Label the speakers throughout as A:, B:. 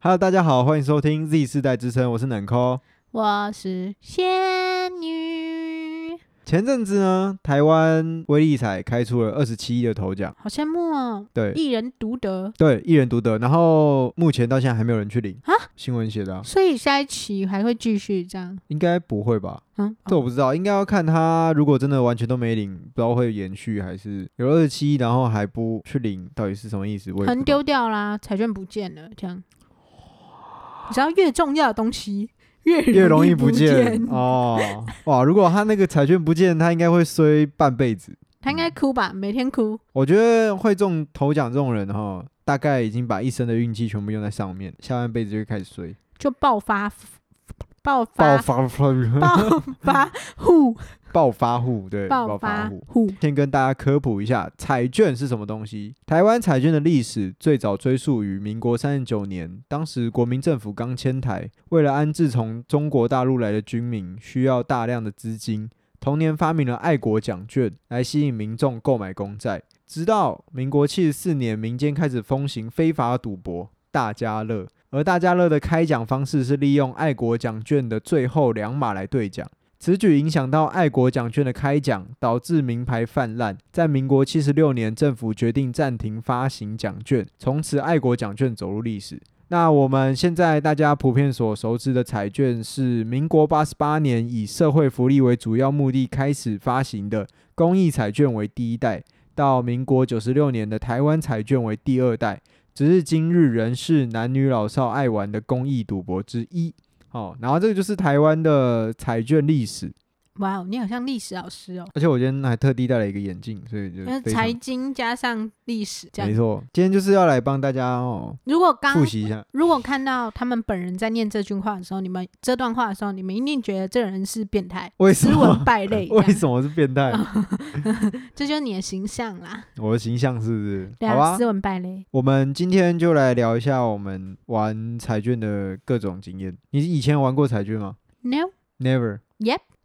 A: Hello，大家好，欢迎收听 Z 世代之声，我是冷抠。
B: 我是仙女，
A: 前阵子呢，台湾威力彩开出了二十七亿的头奖，
B: 好羡慕哦，
A: 对
B: 一人独得。
A: 对，一人独得，然后目前到现在还没有人去领
B: 啊，
A: 新闻写的、啊，
B: 所以下一期还会继续这样，
A: 应该不会吧？
B: 嗯，
A: 这我不知道，应该要看他如果真的完全都没领，不知道会延续还是有二十七，然后还不去领，到底是什么意思？我也不
B: 很
A: 知道
B: 丢掉啦，彩券不见了，这样。你知道越重要的东西越
A: 越容易
B: 不
A: 见哦。哇，如果他那个彩券不见，他应该会衰半辈子。
B: 他应该哭吧，每天哭。
A: 我觉得会中头奖这种人哈，大概已经把一生的运气全部用在上面，下半辈子就会开始衰，
B: 就爆发，爆
A: 暴
B: 发，
A: 发
B: 爆发户，
A: 暴发户，对，
B: 爆
A: 暴
B: 发
A: 发户。
B: 户，
A: 先跟大家科普一下彩券是什么东西。台湾彩券的历史最早追溯于民国三十九年，当时国民政府刚迁台，为了安置从中国大陆来的军民，需要大量的资金。同年发明了爱国奖券，来吸引民众购买公债。直到民国七十四年，民间开始风行非法赌博大家乐，而大家乐的开奖方式是利用爱国奖券的最后两码来兑奖。此举影响到爱国奖券的开奖，导致名牌泛滥。在民国七十六年，政府决定暂停发行奖券，从此爱国奖券走入历史。那我们现在大家普遍所熟知的彩券，是民国八十八年以社会福利为主要目的开始发行的公益彩券为第一代，到民国九十六年的台湾彩券为第二代，只是今日仍是男女老少爱玩的公益赌博之一。哦，然后这个就是台湾的彩券历史，
B: 哇哦，你好像历史老师哦，
A: 而且我今天还特地戴了一个眼镜，所以就
B: 那
A: 嗯非常
B: 财经加上历史这
A: 没
B: 样。
A: 错，今天就是要来帮大家哦
B: 如果刚
A: 复习一下，
B: 如果看到他们本人在念这句话的时候，你们这段话的时候，你们一定觉得这人是变态、
A: 为什
B: 斯文
A: 么，
B: 败类
A: 为
B: 这样嗯
A: 什么是变态？
B: 这就是你的形象啦，
A: 我的形象是不是？
B: 对
A: 好
B: 啊，
A: 吧
B: 斯，文败类。
A: 我们今天就来聊一下我们玩彩券的各种经验。你以前玩过彩券吗
B: No，
A: ？Never。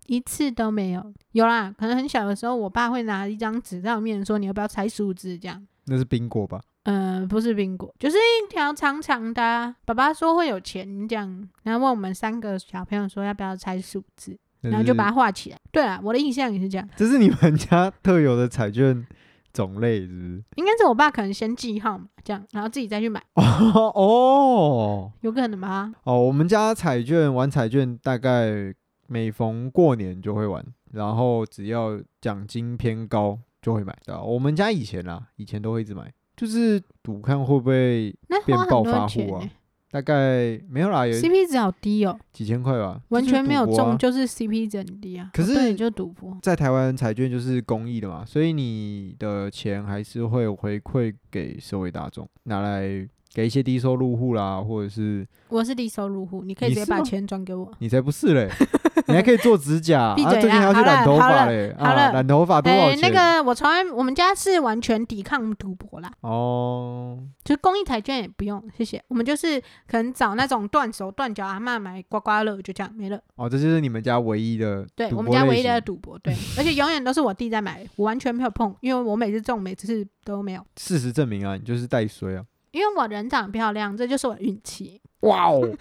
B: 一次都没有。有啦，可能很小的时候，我爸会拿一张纸在我面前说：“你要不要猜数字？”这样。
A: 那是冰果吧？
B: 呃，不是冰果，就是一条长长的啊、爸爸说会有钱这样，然后问我们三个小朋友说要不要猜数字，
A: 那
B: 然后就是把它画起来。对啊，我的印象也是这样，
A: 这是你们家特有的彩券种类，是不是？
B: 应该是我爸可能先记号嘛，这样，然后自己再去买，
A: 哦哦，
B: 有可能吧？
A: 哦，我们家彩券玩彩券，大概每逢过年就会玩，然后只要奖金偏高就会买对啊。我们家以前啦，以前都会一直买，就是赌看会不会
B: 那
A: 变
B: 花很
A: 暴
B: 多
A: 发
B: 钱、
A: 户
B: 欸
A: 啊大概没有啦，有
B: CP 值好低哦，
A: 几千块吧，
B: 完
A: 就是
B: 全没有
A: 赌博啊
B: 中，就是 CP 值很低啊。
A: 可
B: 哦
A: 是
B: 对就赌博，
A: 在台湾彩券就是公益的嘛，所以你的钱还是会回馈给社会大众，拿来给一些低收入户啦，或者是
B: 我是低收入户，你可以
A: 你
B: 直接
A: 是
B: 把
A: 吗
B: 钱转给我。
A: 你才不是嘞， 你还可以做指 甲，啊，
B: 闭嘴啦
A: 最近还要去染头发嘞，
B: 好了好了
A: 啊，染头发多少
B: 哎、那
A: 钱？
B: 个我从来我们家是完全抵抗赌博啦，
A: 哦，
B: 就是公益彩券也不用，谢谢。我们就是可能找那种断手断脚阿嬷买刮刮乐，就这样没了。
A: 哦，这就是你们家唯一的
B: 对
A: 赌
B: 我们
A: 博
B: 家
A: 类
B: 唯一的
A: 型
B: 赌博， 对，而且永远都是我弟在买，我完全没有碰，因为我每次中每次都没有，
A: 事实证明啊，你就是带衰啊！
B: 因为我人长得漂亮，这就是我的运气。
A: 哇哦，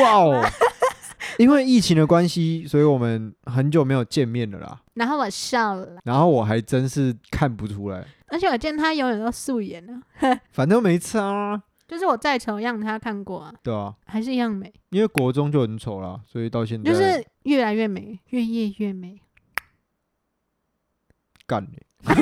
A: 哇哦，因为疫情的关系，所以我们很久没有见面了啦。
B: 然后我笑了，
A: 然后我还真是看不出来，
B: 而且我见他永远都素颜啊，
A: 反正没差、啊，
B: 就是我再丑样他看过啊，
A: 对啊，
B: 还是一样美，
A: 因为国中就很丑啦，所以到现在
B: 就是越来越美，越夜越美。
A: 啊干你。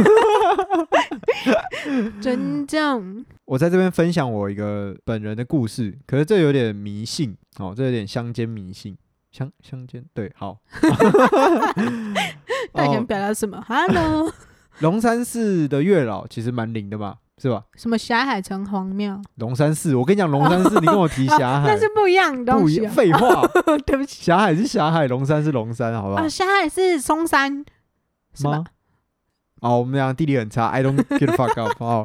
B: 真正
A: 我在这边分享我一个本人的故事，可是这有点迷信哦，这有点乡间迷信，乡乡间对， 好。
B: 到底想
A: 哦，
B: 表达什么、哈 h e l l o
A: 龙山寺的月老其实蛮灵的嘛，是吧？
B: 什么霞海城隍庙，
A: 龙山寺，我跟你讲，龙山寺，你跟我提霞
B: 哦
A: 海
B: 那，是不一样的东
A: 不一
B: 西、
A: 样，
B: 啊。
A: 废话，
B: 对不起
A: 霞海是霞海，龙山是龙山，好不好
B: 啊，？霞海是松山，是吧
A: 吗？？哦，我们俩地理很差，I don't give a fuck up。哦，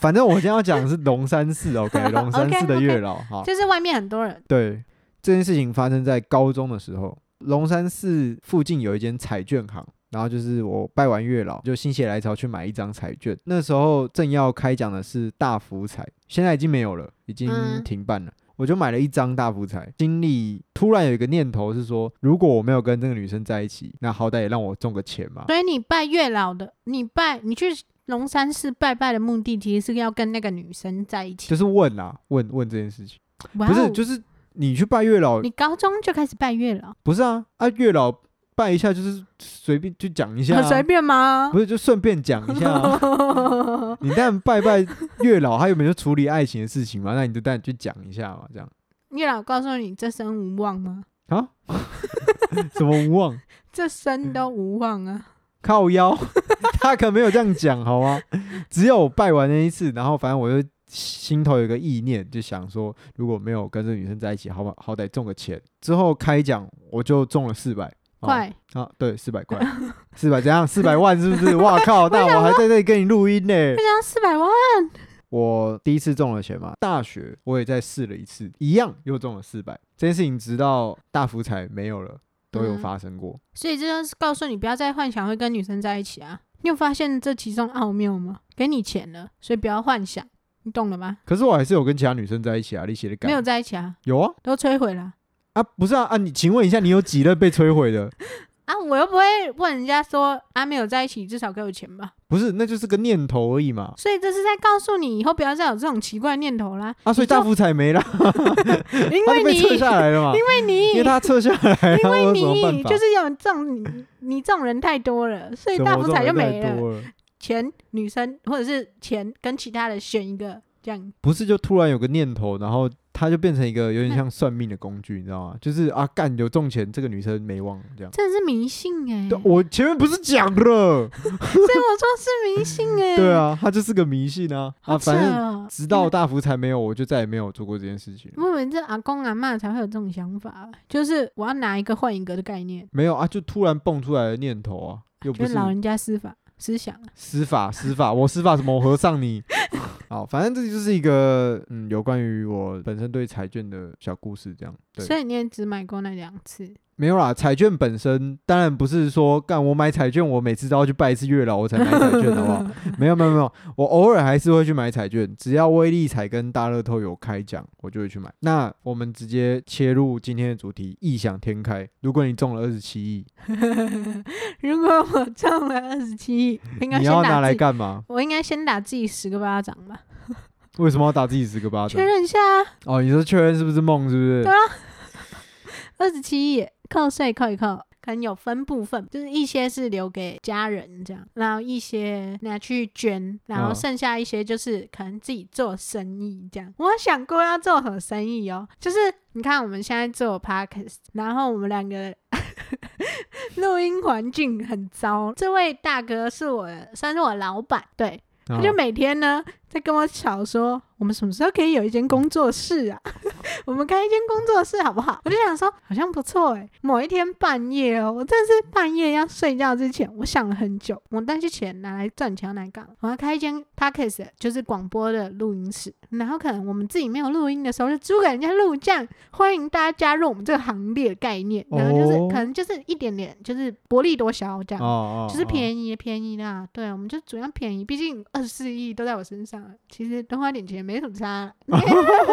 A: 反正我今天要讲的是龙山寺，OK，龙 山寺的
B: OK，OK
A: 月老，好，
B: 就是外面很多人，
A: 对，这件事情发生在高中的时候，龙山寺附近有一间彩券行，然后就是我拜完月老，就心血来潮去买一张彩券。那时候正要开奖的是大福彩，现在已经没有了，已经
B: 嗯
A: 停办了。我就买了一张大福彩，心里突然有一个念头是说，如果我没有跟这个女生在一起，那好歹也让我中个钱嘛。
B: 所以你拜月老的，你拜你去龙山寺拜拜的目的，其实是要跟那个女生在一起。
A: 就是问啊，问问这件事情，
B: 哇
A: 不是
B: 哦
A: 就是你去拜月老，
B: 你高中就开始拜月老，
A: 不是啊啊月老拜一下就是随便就讲一下、
B: 很 随
A: 啊，
B: 便吗
A: 不？是就顺便讲一下、 啊。你当然拜拜月老，还有没有处理爱情的事情嘛？那你就当然去讲一下嘛，这样
B: 月老告诉你这生无望吗？
A: 啊？什么无望
B: 这生
A: 嗯
B: 都无望啊！
A: 靠腰？ 他可没有这样讲，好吗？只有我拜完那一次，然后反正我就心头有个意念，就想说，如果没有跟这个女生在一起，好吧，好歹中个钱。之后开奖我就中了四百，
B: 快，
A: 啊，对，四百块，四百怎样？四百万是不是？哇靠！那我还在这里跟你录音呢。
B: 这张四百万，
A: 我第一次中了钱嘛，大学我也再试了一次，一样又中了四百。这件事情直到大福彩没有了，都有
B: 嗯
A: 发生过。
B: 所以这就是告诉你不要再幻想会跟女生在一起啊！你有发现这其中奥妙吗？给你钱了，所以不要幻想，你懂了吗？
A: 可是我还是有跟其他女生在一起啊，你写的感
B: 没有在一起啊，
A: 有啊
B: 都摧毁了
A: 啊，不是啊啊，你请问一下，你有几任被摧毁 的？
B: 啊！我又不会问人家说啊，没有在一起，至少给我钱吧。
A: 不是，那就是个念头而已嘛。
B: 所以这是在告诉你以后不要再有这种奇怪的念头啦，
A: 啊，所以
B: 你就
A: 大福彩没了，
B: 因
A: 他
B: 为
A: 就
B: 你
A: 被撤下来了嘛，
B: 因为你，
A: 因为他撤下来，
B: 因
A: 然后
B: 为
A: 有什么办
B: 你
A: 法？
B: 就是有这种你你这种人太多了，所以
A: 怎么
B: 大福
A: 这种
B: 彩就
A: 人太
B: 没了。
A: 多了。
B: 钱女生或者是钱跟其他的选一个这样，
A: 不是就突然有个念头，然后它就变成一个有点像算命的工具，你知道吗？就是啊，干有中钱，这个女生没忘这样。
B: 真的是迷信哎、
A: 对我前面不是讲 了？
B: 所以我说是迷信哎、
A: 对，啊，它就是个迷信啊啊！
B: 好扯
A: 反正
B: 哦。
A: 直到大福才没有，我就再也没有做过这件事情。
B: 我以为这阿公阿嬷才会有这种想法，欸就是我要拿一个换一个的概念，
A: 没有啊，就突然蹦出来的念头啊，又
B: 就
A: 不
B: 是
A: 是
B: 老人家思法思想。啊
A: 施法施法，我施法什么？我和尚你。好，反正这就是一个嗯，有关于我本身对彩券的小故事，这样。对。
B: 所以你也只买过那两次，
A: 没有啦，彩券本身当然不是说干我买彩券，我每次都要去拜一次月老我才买彩券，好 不好？没有没有没有，我偶尔还是会去买彩券，只要威力彩跟大乐透有开奖，我就会去买。那我们直接切入今天的主题，异想天开。如果你中了二十七亿，
B: 如果我中了二十七亿，应该
A: 你
B: 先
A: 要拿
B: 打
A: 来
B: 自己，
A: 干嘛？
B: 我应该先打自己十个巴掌吧，
A: 为什么要打自己十个巴掌
B: 确？认一下啊。
A: 哦，你说确认是不是梦？是不是？啊
B: 对啊二十七亿扣税扣一扣，可能有分部分，就是一些是留给家人这样，然后一些拿去捐，然后
A: 嗯
B: 剩下一些就是可能自己做生意这样。我想过要做什么生意哦，就是你看我们现在做 podcast，然后我们两个 录音环境很糟，这位大哥是我算是我老板，对，
A: 啊
B: 他就每天呢在跟我吵说，我们什么时候可以有一间工作室啊？ 我们开一间工作室好不好？我就想说，好像不错诶、某一天半夜哦，我真的是半夜要睡觉之前，我想了很久，我那些钱拿来赚钱，拿来干嘛？我要开一间 podcast，的就是广播的录音室，然后可能我们自己没有录音的时候，就租给人家录，这样欢迎大家加入我们这个行列的概念。然后就是、
A: 哦
B: 可能就是一点点，就是薄利多销这样。
A: 哦哦，
B: 就是
A: 宜。
B: 便宜便宜啦，对，我们就主要便宜，毕竟二十四亿都在我身上了，其实多花点钱没什么差。 然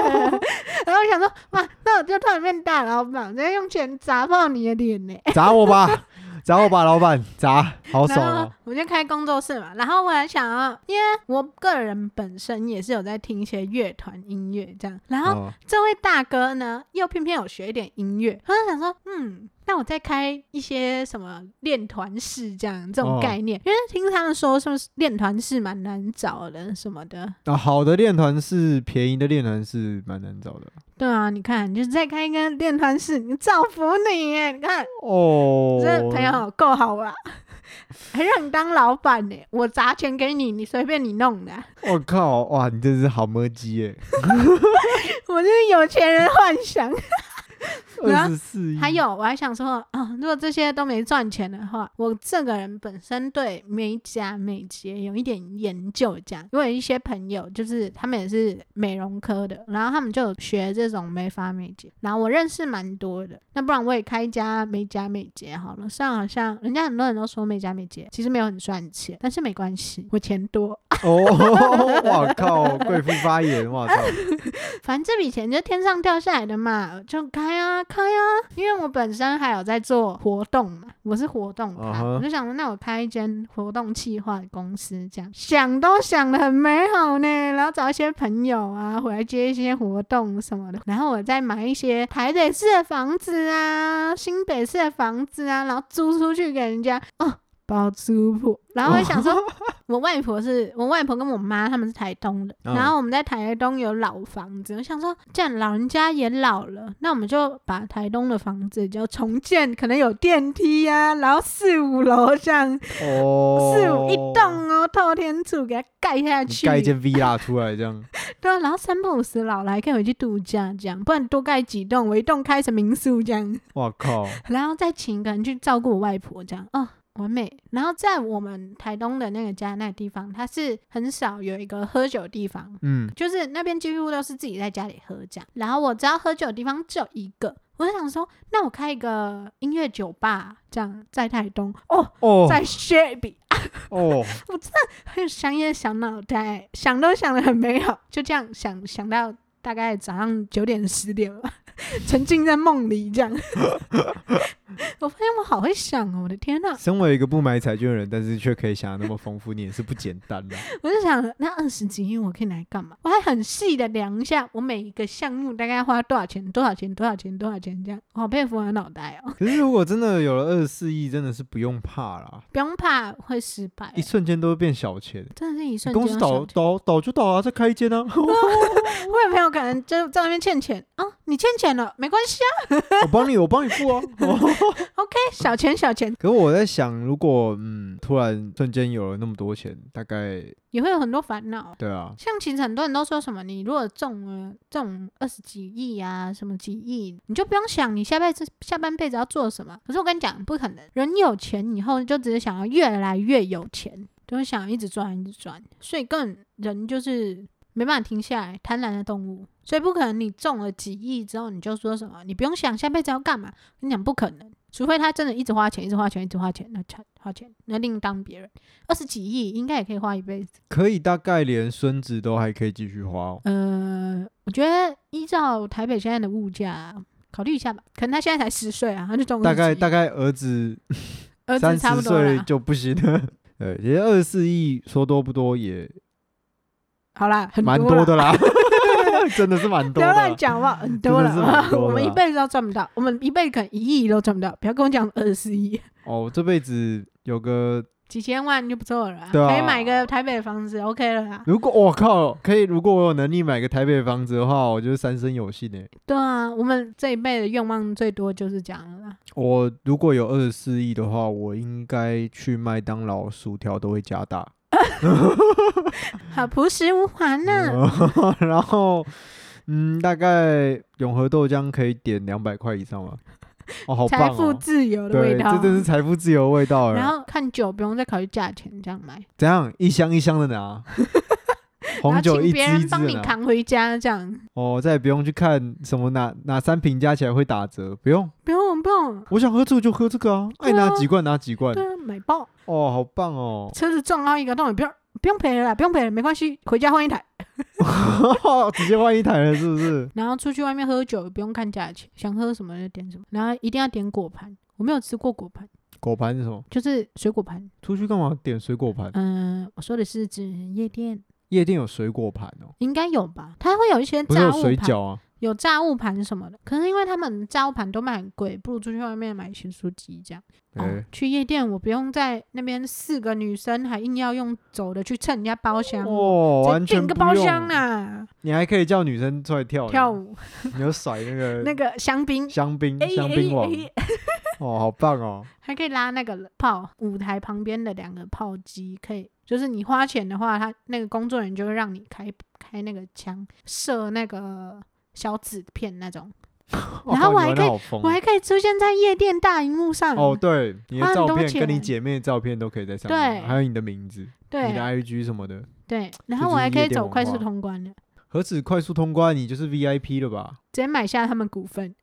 B: 后我想说，哇，那我就突然变大老板，直接用钱砸爆你的脸呢、
A: 哦砸 我吧，砸我吧，老板，砸，好爽
B: 然后
A: 哦！
B: 我就开工作室嘛，然后我还想要，因为我个人本身也是有在听一些乐团音乐这样，然后
A: 哦
B: 这位大哥呢，又偏偏有学一点音乐，他就想说，嗯，那我再开一些什么练团式这样这种
A: 哦
B: 概念，因为听他们说，是不是练团式蛮难找的什么的。
A: 啊，好的练团是便宜的练团是蛮难找的
B: 对啊，你看，你就是再开一个练团式，你造福你耶！你看，
A: 哦。
B: 这朋友够好啊，还让你当老板呢，我砸钱给你，你随便你弄的啊、
A: 我靠，哇，你真是好摸鸡耶！
B: 我就是有钱人幻想。
A: 二十四亿，
B: 啊还有，我还想说，啊、如果这些都没赚钱的话，我这个人本身对美甲美睫有一点研究，这样。我有一些朋友，就是他们也是美容科的，然后他们就有学这种美发美睫，然后我认识蛮多的。那不然我也开一家美甲美睫好了，虽然好像人家很多人都说美甲美睫其实没有很赚钱，但是没关系，我钱多，
A: 哦，哇靠，贵妇发言，哇操，
B: 反正这笔钱就天上掉下来的嘛，就开啊开啊！因为我本身还有在做活动嘛，我是活动
A: 嗯
B: 咖
A: 哼
B: 我就想说，那我开一间活动企划公司，这样想都想的很美好呢。然后找一些朋友啊，回来接一些活动什么的，然后我再买一些台北市的房子啊、新北市的房子啊，然后租出去给人家哦。包租婆， 然后我想说，我外婆是我外婆跟我妈，他们是台东的，
A: 嗯
B: 然后我们在台东有老房子，我想说，既然老人家也老了，那我们就把台东的房子就重建，可能有电梯呀、然后四五楼这样，
A: 哦，
B: 四五一栋哦，透天厝给它盖下
A: 你
B: 去，
A: 盖一间 villa 出来这样，
B: 对啊，然后三不五时老了还可以回去度假这样，不然多盖几栋，我一栋开成民宿这样。
A: 哇靠，
B: 然后再请一个人去照顾我外婆，这样哦，完美。然后在我们台东的那个家那个地方，它是很少有一个喝酒的地方，
A: 嗯，
B: 就是那边几乎都是自己在家里喝这样。然后我知道喝酒的地方只有一个，我就想说，那我开一个音乐酒吧，这样在台东哦，
A: 哦
B: 在 Shabby，、
A: 哦，
B: 我真的很有 商业小脑袋，想都想的很美好， 就这样想想到大概早上九点十点吧， 沉浸在梦里这样。 我发现我好会想哦，我的天呐、
A: 身为一个不买彩券的人，但是却可以想的那么丰富，你也是不简单的。
B: 我就想那二十几亿我可以拿来干嘛？我还很细的量一下，我每一个项目大概花多少钱，多少钱，多少钱，多少钱这样。我好佩服我的脑袋哦，
A: 可是如果真的有了二十四亿，真的是不用怕啦，
B: 不用怕会失败啊
A: 一，瞬间都会变小钱。
B: 真的是一瞬间
A: 公
B: 要
A: 司
B: 想
A: 倒
B: 通。
A: 倒倒就倒啊，再开一间啊！
B: 我有朋友可能就在那边欠钱啊、你欠钱了没关系啊
A: 我帮你，我帮你付啊。
B: ，OK，小钱小钱
A: 可我在想，如果嗯，突然瞬间有了那么多钱，大概
B: 也会有很多烦恼。
A: 对啊，
B: 像其实很多人都说什么，你如果中了这种二十几亿啊，什么几亿，你就不用想你下辈子下半辈子要做什么。可是我跟你讲，不可能，人有钱以后就只是想要越来越有钱，就是想一直赚一直赚，所以更人就是没办法停下来，贪婪的动物。所以不可能，你中了几亿之后你就说什么，你不用想下辈子要干嘛。我跟你讲不可能，除非他真的一直花钱，一直花钱，一直花钱，那才花钱那另当别论。二十几亿应该也可以花一辈子。
A: 可以大概连孙子都还可以继续花哦。
B: 呃，我觉得依照台北现在的物价，考虑一下吧。可能他现在才十岁啊，他就中
A: 大概大
B: 概
A: 概儿子
B: 儿
A: 三
B: 子差
A: 十
B: 不多了
A: 岁
B: 啦。
A: 就不行了。 对，其实二十四亿说多不多，也
B: 好啦，很
A: 蛮
B: 多
A: 多
B: 啦，
A: 的啦， 真的是蛮
B: 不
A: 多
B: 要乱
A: 的。
B: 讲吧，很多
A: 真的是蛮
B: 了。
A: 多的 啦
B: 我们一辈子都赚不到，我们一辈子可能一亿都赚不到。不要跟我讲二十亿，
A: 哦，我这辈子有个，
B: 几千万就不错了啦，
A: 对啊嗯
B: 可以买个台北的房子，OK 了啦。
A: 如果我靠，可以，如果我有能力买个台北的房子的话，我就是三生有幸诶、欸
B: 对啊，我们这一辈的愿望最多就是这样了啦。
A: 我如果有二十四亿的话，我应该去麦当劳薯条都会加大。嗯
B: 好，朴实无华呢。
A: 然后，嗯，大概永和豆浆可以点两百块以上吧。哦，好
B: 财
A: 棒
B: 富
A: 哦！
B: 自由的味
A: 对，
B: 道，
A: 这真是财富自由的味道
B: 然
A: 了。
B: 后看酒不用再考虑价钱，这样买。
A: 怎样？一箱一箱的 拿，
B: 然
A: 红
B: 后
A: 酒
B: 请
A: 一支
B: 别
A: 一
B: 人
A: 支的
B: 帮你
A: 拿。
B: 扛回家，这样
A: 哦，再也不用去看什么哪哪三瓶加起来会打折，不用。
B: 不用不用，
A: 我想喝这个就喝这个啊，爱
B: 对啊
A: 拿几罐拿几罐
B: 对。啊，买爆！
A: 哦，好棒哦
B: 车子撞到一个洞，也不用不用赔了啦，不用赔了，没关系，回家换一台，
A: 直接换一台了，是不是？
B: 然后出去外面喝酒也不用看价钱，想喝什么就点什么，然后一定要点果盘，我没有吃过果盘，
A: 果盘是什么？
B: 就是水果盘，
A: 出去干嘛？点水果盘？
B: 嗯、我说的是指夜店。
A: 夜店有水果盘哦，
B: 应该有吧，它会有一些
A: 不是
B: 炸
A: 有
B: 物
A: 水
B: 盘，
A: 饺啊？
B: 有炸物盘什么的。可是因为他们炸物盘都卖很贵，不如出去外面买咸酥鸡这样。哦
A: 哎，
B: 去夜店我不用在那边四个女生还硬要用走的去蹭人家包厢，
A: 哦，
B: 直接
A: 完全
B: 订个
A: 不
B: 包
A: 用哦
B: 厢啊，
A: 你还可以叫女生出来跳
B: 跳
A: 舞，
B: 舞
A: 你就甩那
B: 那
A: 个
B: 个香槟，
A: 香槟
B: 哎
A: 嗯香槟王，
B: 哎哎
A: 哦，好棒哦！
B: 还可以拉那个炮，舞台旁边的两个炮击可以，就是你花钱的话，他那个工作人员就会让你开开那个枪，射那个小纸片那种。
A: 哇
B: 然后我还
A: 你玩
B: 可
A: 得
B: 以
A: 哦好疯
B: 我还可以出现在夜店大荧幕上
A: 哦，对，你的
B: 花很
A: 照
B: 多
A: 片跟你
B: 钱
A: 姐妹的照片都可以在上面，
B: 对
A: 还有你的名字、你的
B: 对
A: IG 什么的。
B: 对，然
A: 这
B: 后我
A: 就是
B: 还可
A: 夜
B: 以
A: 店
B: 走
A: 文
B: 快速
A: 化
B: 通关的，
A: 何止快速通关，你就是 VIP 了吧？
B: 直接买下他们股份。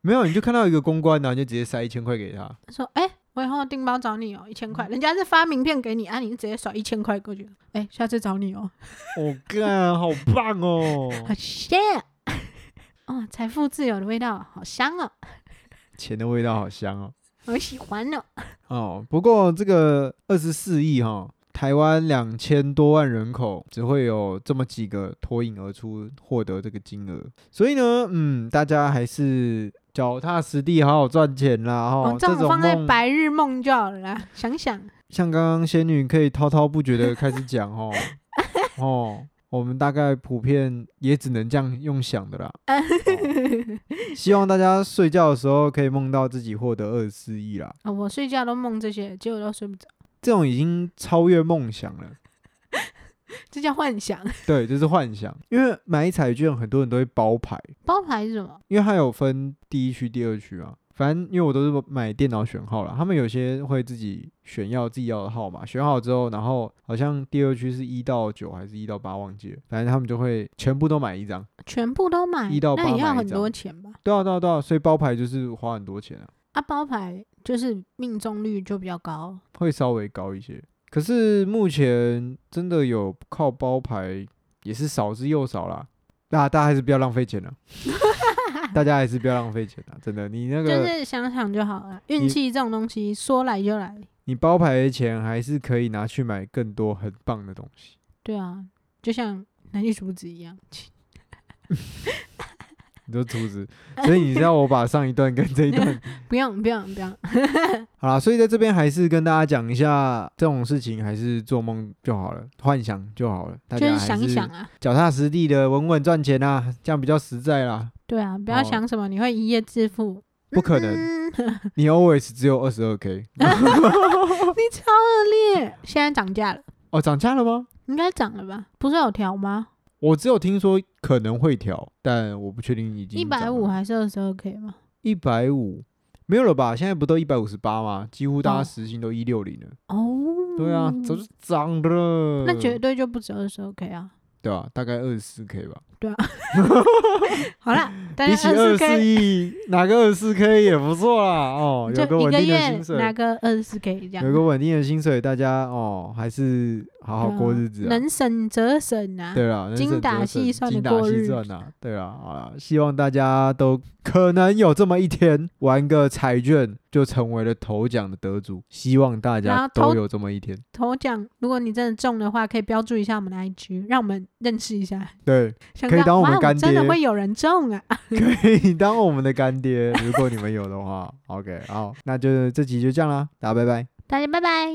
A: 没有，你就看到一个公关，然后你就直接塞一千块给他。
B: 说，哎、我以后订包找你哦，一千块，
A: 嗯
B: 人家是发名片给你，啊，你就直接甩一千块过去，哎、下次找你哦，
A: 我、干，好棒 哦！
B: 好香，哦，财富自由的味道，好香哦，
A: 钱的味道好香哦。
B: 我喜欢哦，
A: 哦，不过这个二十四亿哈，台湾两千多万人口，只会有这么几个脱颖而出获得这个金额，所以呢，嗯，大家还是脚踏实地，好好赚钱啦哈、
B: 哦，这种
A: 种
B: 放在
A: 梦
B: 白日梦就好了啦，想想，
A: 像刚刚仙女可以滔滔不绝的开始 讲哦，哦，我们大概普遍也只能这样用想的啦。哦希望大家睡觉的时候可以梦到自己获得二十四亿啦，
B: 哦，我睡觉都梦这些，结果都睡不着，
A: 这种已经超越梦想了。
B: 这叫幻想。
A: 对，这是幻想，因为买彩券很多人都会包牌，
B: 包牌是什么？
A: 因为它有分第一区、第二区啊。反正因为我都是买电脑选号啦，他们有些会自己选要自己要的号码，选好之后，然后好像第二区是一到九还是一到八忘记了，反正他们就会全部都买一张。
B: 全部都买，
A: 一到八
B: 那也要
A: 买一
B: 很多
A: 张
B: 钱吧？
A: 对啊，对啊，对啊，所以包牌就是花很多钱啊，
B: 啊，包牌就是命中率就比较高，
A: 会稍微高一些。可是目前真的有靠包牌也是少之又少啦，那大家还是不要浪 费钱了、大家还是不要浪费钱了、真的，你那个、
B: 就是想想就好了。运
A: 你
B: 气这种东西说来就来，
A: 你包牌的钱还是可以拿去买更多很棒的东西。
B: 对啊，就像南极竹子一样。
A: 你说竹子，所以你知道我把上一段跟这一 段
B: 不用不用不用，
A: 好啦，所以在这边还是跟大家讲一下，这种事情还是做梦就好了，幻想就好了，大
B: 就
A: 家
B: 是
A: 还
B: 想一
A: 是
B: 想啊，
A: 脚踏实地的稳稳赚钱啊，这样比较实在啦。
B: 对啊，不要
A: 哦
B: 想什么你会一夜致富，
A: 不可能
B: 嗯
A: 你 always 只有二十二 k
B: 你超恶劣。现在涨价了，
A: 哦，涨价了吗？
B: 应该涨了吧？不是有调吗？
A: 我只有听说可能会调，但我不确定已经
B: 一百五还是二十二 k 吗？
A: 一百五没有了吧？现在不都一百五十八吗？几乎大家
B: 哦
A: 时薪都一六零了。
B: 哦，
A: 对啊，早就呃涨的了。
B: 那绝对就不止二十二 k 啊。
A: 对啊，大概二十四 k 吧。
B: 好 啦，但
A: 比
B: 是
A: 起
B: 二
A: 二
B: 十
A: 十
B: k
A: 四亿，哪个二十四 k 也不错啦。哦，
B: 就
A: 有个
B: 一
A: 稳
B: 个
A: 定的
B: 月
A: 薪
B: 拿
A: 水，
B: 个二十 K 这样，
A: 有个稳定的薪水，大家哦还是好好
B: 对啊
A: 过日子啊。
B: 能省则省啊。
A: 对啦，能
B: 精
A: 省则
B: 打细算
A: 省
B: 地
A: 精打
B: 过
A: 细
B: 日
A: 算呐。对啦，啊，希望大家都可能有这么一天，玩个彩券就成为了头奖的得主。希望大
B: 然
A: 家
B: 后
A: 都
B: 头
A: 有这么一天。
B: 头奖，如果你真的中的话，可以标注一下我们的 IG，让我们认识一下。
A: 对，
B: 想
A: 可以
B: 到
A: 当我
B: 哇
A: 们干
B: 真的
A: 爹
B: 会有人中啊！
A: 可以当我们的干爹，如果你们有的话。OK，好，那就这集就这样啦，大家拜拜。
B: 大家拜拜。